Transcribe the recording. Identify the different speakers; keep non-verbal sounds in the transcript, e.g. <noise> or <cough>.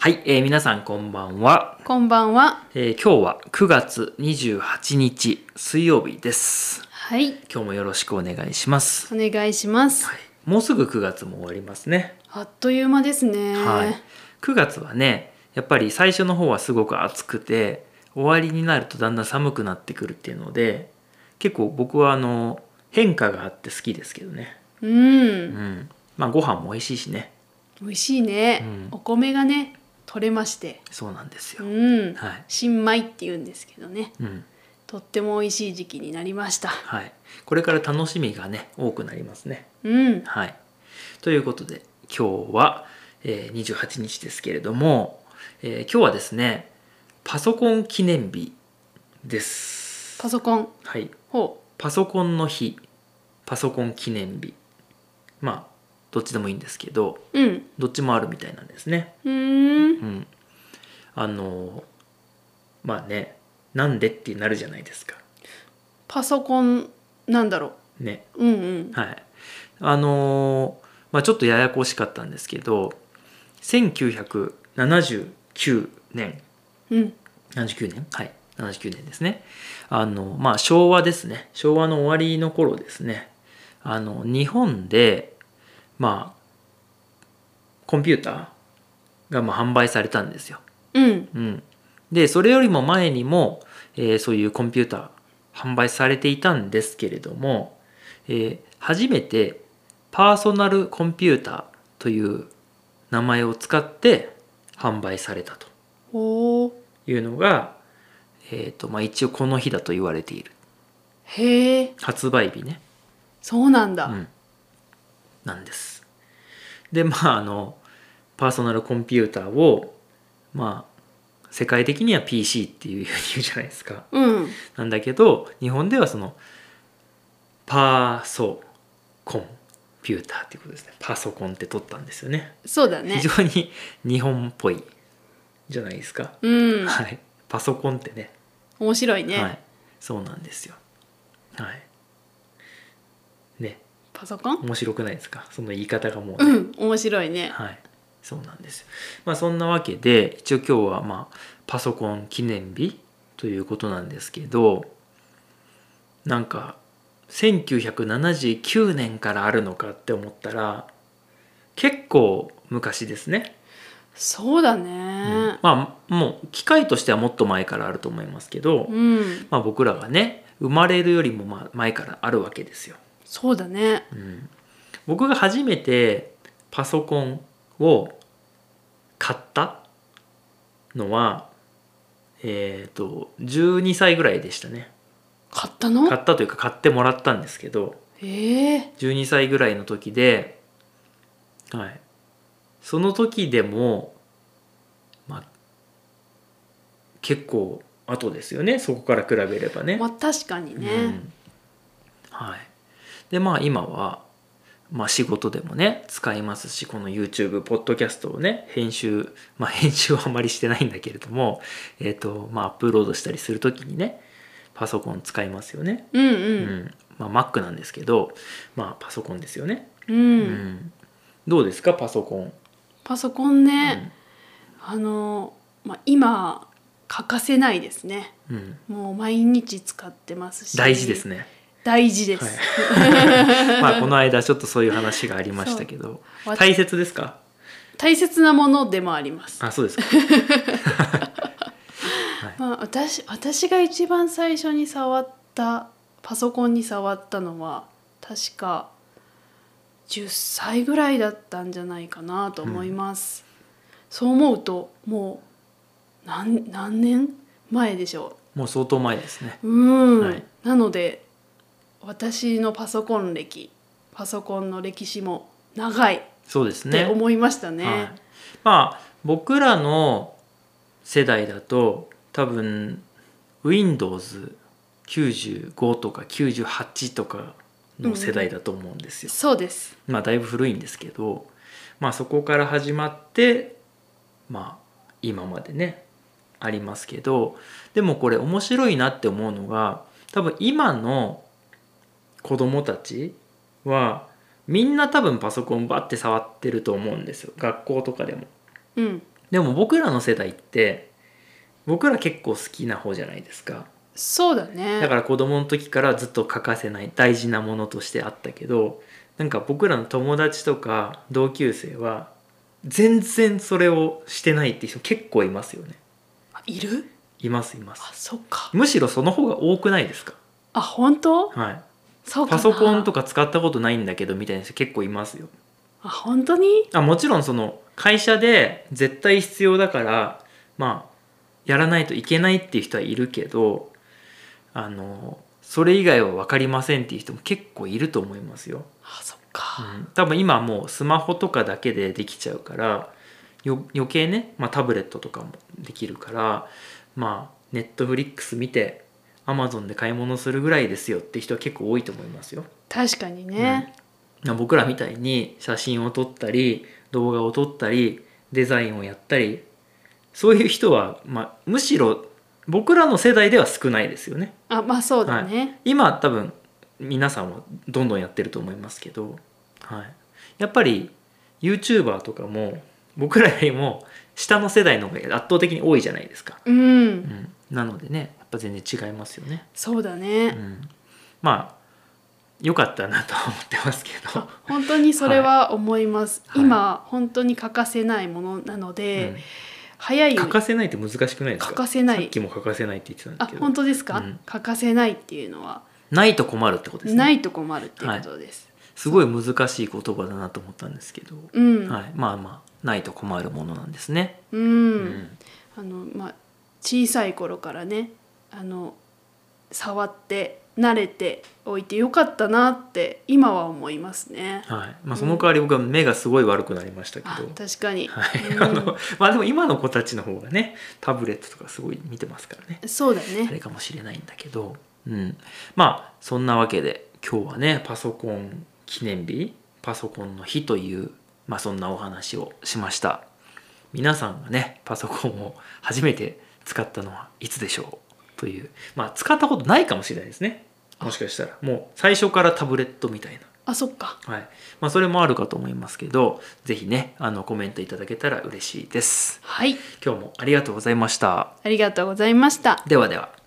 Speaker 1: はい、えー皆さんこんばんは、
Speaker 2: こんばんは。
Speaker 1: えー今日は9月28日水曜日です。
Speaker 2: はい、
Speaker 1: 今日もよろしくお願いします。
Speaker 2: お願いします。
Speaker 1: もうすぐ9月も終わりますね。
Speaker 2: あっという間ですね。
Speaker 1: はい、9月はねやっぱり最初の方はすごく暑くて終わりになるとだんだん寒くなってくるっていうので結構僕はあの変化があって好きですけどね、
Speaker 2: う、
Speaker 1: うんん、まあご飯も美味しいしね
Speaker 2: 美味しいね、
Speaker 1: うん
Speaker 2: お米がね、取れまして。
Speaker 1: そうなんです
Speaker 2: う
Speaker 1: よ、
Speaker 2: ん、
Speaker 1: はい
Speaker 2: 新米って言うんですけどね。
Speaker 1: うん
Speaker 2: とっても美味しい時期になりました。
Speaker 1: はい、これから楽しみがね多くなりますね。
Speaker 2: うん、
Speaker 1: はい、ということで今日は、えー28日ですけれども、えー今日はですねパソコン記念日です。
Speaker 2: パソコン。
Speaker 1: はい
Speaker 2: ほ
Speaker 1: パソコンの日パソコン記念日まあどっちでもいいんですけど
Speaker 2: う。うん。
Speaker 1: どっちもあるみたいなんですね
Speaker 2: うーん。
Speaker 1: うんあのまあねなんでってなるじゃないですか
Speaker 2: パソコン。なんだろ
Speaker 1: ね
Speaker 2: う。うんうん。
Speaker 1: はいあのまあちょっとややこしかったんですけど1979年
Speaker 2: うん。
Speaker 1: 79年はい79年ですねあのまあ昭和ですね昭和の終わりの頃ですねあの日本でまあコンピューターがまあ販売されたんですよ、
Speaker 2: うん。
Speaker 1: うん、でそれよりも前にも、えーそういうコンピューター販売されていたんですけれども、えー初めてパーソナルコンピューターという名前を使って販売されたと
Speaker 2: ほう。
Speaker 1: いうのが、えーとまあ、一応この日だと言われている
Speaker 2: へえ。
Speaker 1: 発売日ね、
Speaker 2: そうなんだ。
Speaker 1: うん、なんですでまああのパーソナルコンピューターをまあ世界的には PC っていうふうに言うじゃないですか
Speaker 2: うん。
Speaker 1: なんだけど日本ではそのパーソコンピューターっていうことですねパソコンって取ったんですよね
Speaker 2: そうだね
Speaker 1: 非。常に日本っぽいじゃないですか、
Speaker 2: うん。
Speaker 1: はいパソコンってね
Speaker 2: 面白いね。
Speaker 1: はい、そうなんですよ。はい。ね、
Speaker 2: パソコン。
Speaker 1: 面白くないですか。その言い方がもう、
Speaker 2: う
Speaker 1: ね
Speaker 2: ん。面白いね。
Speaker 1: はい、そうなんですよ。まあそんなわけで一応今日はまあパソコン記念日ということなんですけど、なんか1979年からあるのかって思ったら結構昔ですね。
Speaker 2: そうだ
Speaker 1: うん
Speaker 2: ね。
Speaker 1: まあもう機械としてはもっと前からあると思いますけど。
Speaker 2: うん。
Speaker 1: まあ、僕らがね生まれるよりもまあ前からあるわけですよ、
Speaker 2: そうだね。
Speaker 1: うん、僕が初めてパソコンを買ったのはえっ、と12歳ぐらいでしたね
Speaker 2: 買ったの？
Speaker 1: 買ったというか買ってもらったんですけど
Speaker 2: ええ
Speaker 1: 12歳ぐらいの時ではいその時でもまあ結構後ですよねそこから比べればね
Speaker 2: まあ確かに
Speaker 1: う
Speaker 2: ね。
Speaker 1: んはい、でまあ今は、まあ、仕事でもね使いますしこの YouTube ポッドキャストをね編集まあ <laughs> 編集はあまりしてないんだけれどもえっ、とまあアップロードしたりする時にねパソコン使いますよね、
Speaker 2: うんう
Speaker 1: うんまあ、Mac なんですけど、まあ、パソコンですよね、
Speaker 2: う。
Speaker 1: うんどうですかパソコン、
Speaker 2: パソコンね、あのまあ今欠かせないですね。
Speaker 1: うんうん
Speaker 2: もう毎日使ってますし。
Speaker 1: 大事です。ね、
Speaker 2: 大事です。
Speaker 1: はい、 <laughs> まあこの間ちょっとそういう話がありましたけど
Speaker 2: そう
Speaker 1: 大切ですか
Speaker 2: 大切なものでもあります。
Speaker 1: あそうですか
Speaker 2: まあ私私が一番最初に触ったパソコンに触ったのは確か10歳ぐらいだったんじゃないかなと思います、そう思うともう何何年前でしょ
Speaker 1: もう相当前ですね。
Speaker 2: ううん、
Speaker 1: はい
Speaker 2: なので私のパソコン歴パソコンの歴史も長いっ
Speaker 1: そうですね。
Speaker 2: て思いましたね
Speaker 1: はい、まあ僕らの世代だと多分 Windows95 とか98とかの世代だと思うんですよ。
Speaker 2: そうです
Speaker 1: まあだいぶ古いんですけど、まあそこから始まって、まあ今までね、ありますけど、でもこれ面白いなって思うのが、多分今の子供たちは、みんな多分パソコンバッて触ってると思うんですよ。学校とかでも。
Speaker 2: うん
Speaker 1: でも僕らの世代って僕ら結構好きな方じゃないですか
Speaker 2: そうだね
Speaker 1: だから子供の時からずっと欠かせない大事なものとしてあったけどなんか僕らの友達とか同級生は全然それをしてないって人結構いますよね
Speaker 2: あいる
Speaker 1: いますいます
Speaker 2: あそっか
Speaker 1: むしろその方が多くないですか
Speaker 2: あ本当
Speaker 1: はい
Speaker 2: そうか
Speaker 1: パ
Speaker 2: な
Speaker 1: ソコンとか使ったことないんだけどみたいな人結構いますよ
Speaker 2: あ本当に
Speaker 1: あもちろんその会社で絶対必要だからまあやらないといけないっていう人はいるけどあのそれ以外は分かりませんっていう人も結構いると思いますよ、
Speaker 2: あそっ
Speaker 1: う
Speaker 2: か、
Speaker 1: ん、多分今もうスマホとかだけでできちゃうからよ余計ね、まあ、タブレットとかもできるからまあネットフリックス見てアマゾンで買い物するぐらいですよって人は結構多いと思いますよ
Speaker 2: 確かにね、
Speaker 1: な僕らみたいに写真を撮ったり動画を撮ったりデザインをやったりそういう人は、まあ、むしろ僕らの世代では少ないですよね
Speaker 2: あまあそうだね、
Speaker 1: 今多分皆さんはどんどんやってると思いますけど、はい、やっぱり YouTuber とかも僕らよりも下の世代の方が圧倒的に多いじゃないですか、
Speaker 2: う
Speaker 1: うんん、なのでねやっぱ全然違いますよね、
Speaker 2: そうだ
Speaker 1: う
Speaker 2: ね、
Speaker 1: ん、まあ良かったなとは思ってますけど、
Speaker 2: あ本当にそれは思います、
Speaker 1: はい
Speaker 2: 今本当に欠かせないものなので、
Speaker 1: うん
Speaker 2: 早い
Speaker 1: 欠かせないって難しくないですか
Speaker 2: 欠かせない
Speaker 1: さっきも欠かせないって言ってたんで
Speaker 2: あ
Speaker 1: すけど
Speaker 2: 本当ですか、
Speaker 1: うん
Speaker 2: 欠かせないっていうのは
Speaker 1: ないと困るってことですね
Speaker 2: ないと困るっていうことです、
Speaker 1: すごい難しい言葉だなと思ったんですけど、
Speaker 2: うん、
Speaker 1: はい、まあまあないと困るものなんですね、
Speaker 2: う、
Speaker 1: うん
Speaker 2: あのまあ小さい頃からねあの触って慣れておいてよかったなって今は思いますね。
Speaker 1: はいまあ、その代わり僕は目がすごい悪くなりましたけ
Speaker 2: あ
Speaker 1: ど、
Speaker 2: 確かに、
Speaker 1: はい、
Speaker 2: うん
Speaker 1: あのまあでも今の子たちの方がねタブレットとかすごい見てますからね
Speaker 2: そうだ
Speaker 1: あ
Speaker 2: ね
Speaker 1: れかもしれないんだけど、うん、まあそんなわけで今日はねパソコン記念日パソコンの日という、まあ、そんなお話をしました皆さんがねパソコンを初めて使ったのはいつでしょうというまあ使ったことないかもしれないですねもしかしたらもう最初からタブレットみたいな
Speaker 2: あそっか
Speaker 1: はいまあ、それもあるかと思いますけど是非ねあのコメントいただけたら嬉しいです
Speaker 2: はい
Speaker 1: 今日もありがとうございました
Speaker 2: ありがとうございました。
Speaker 1: ではでは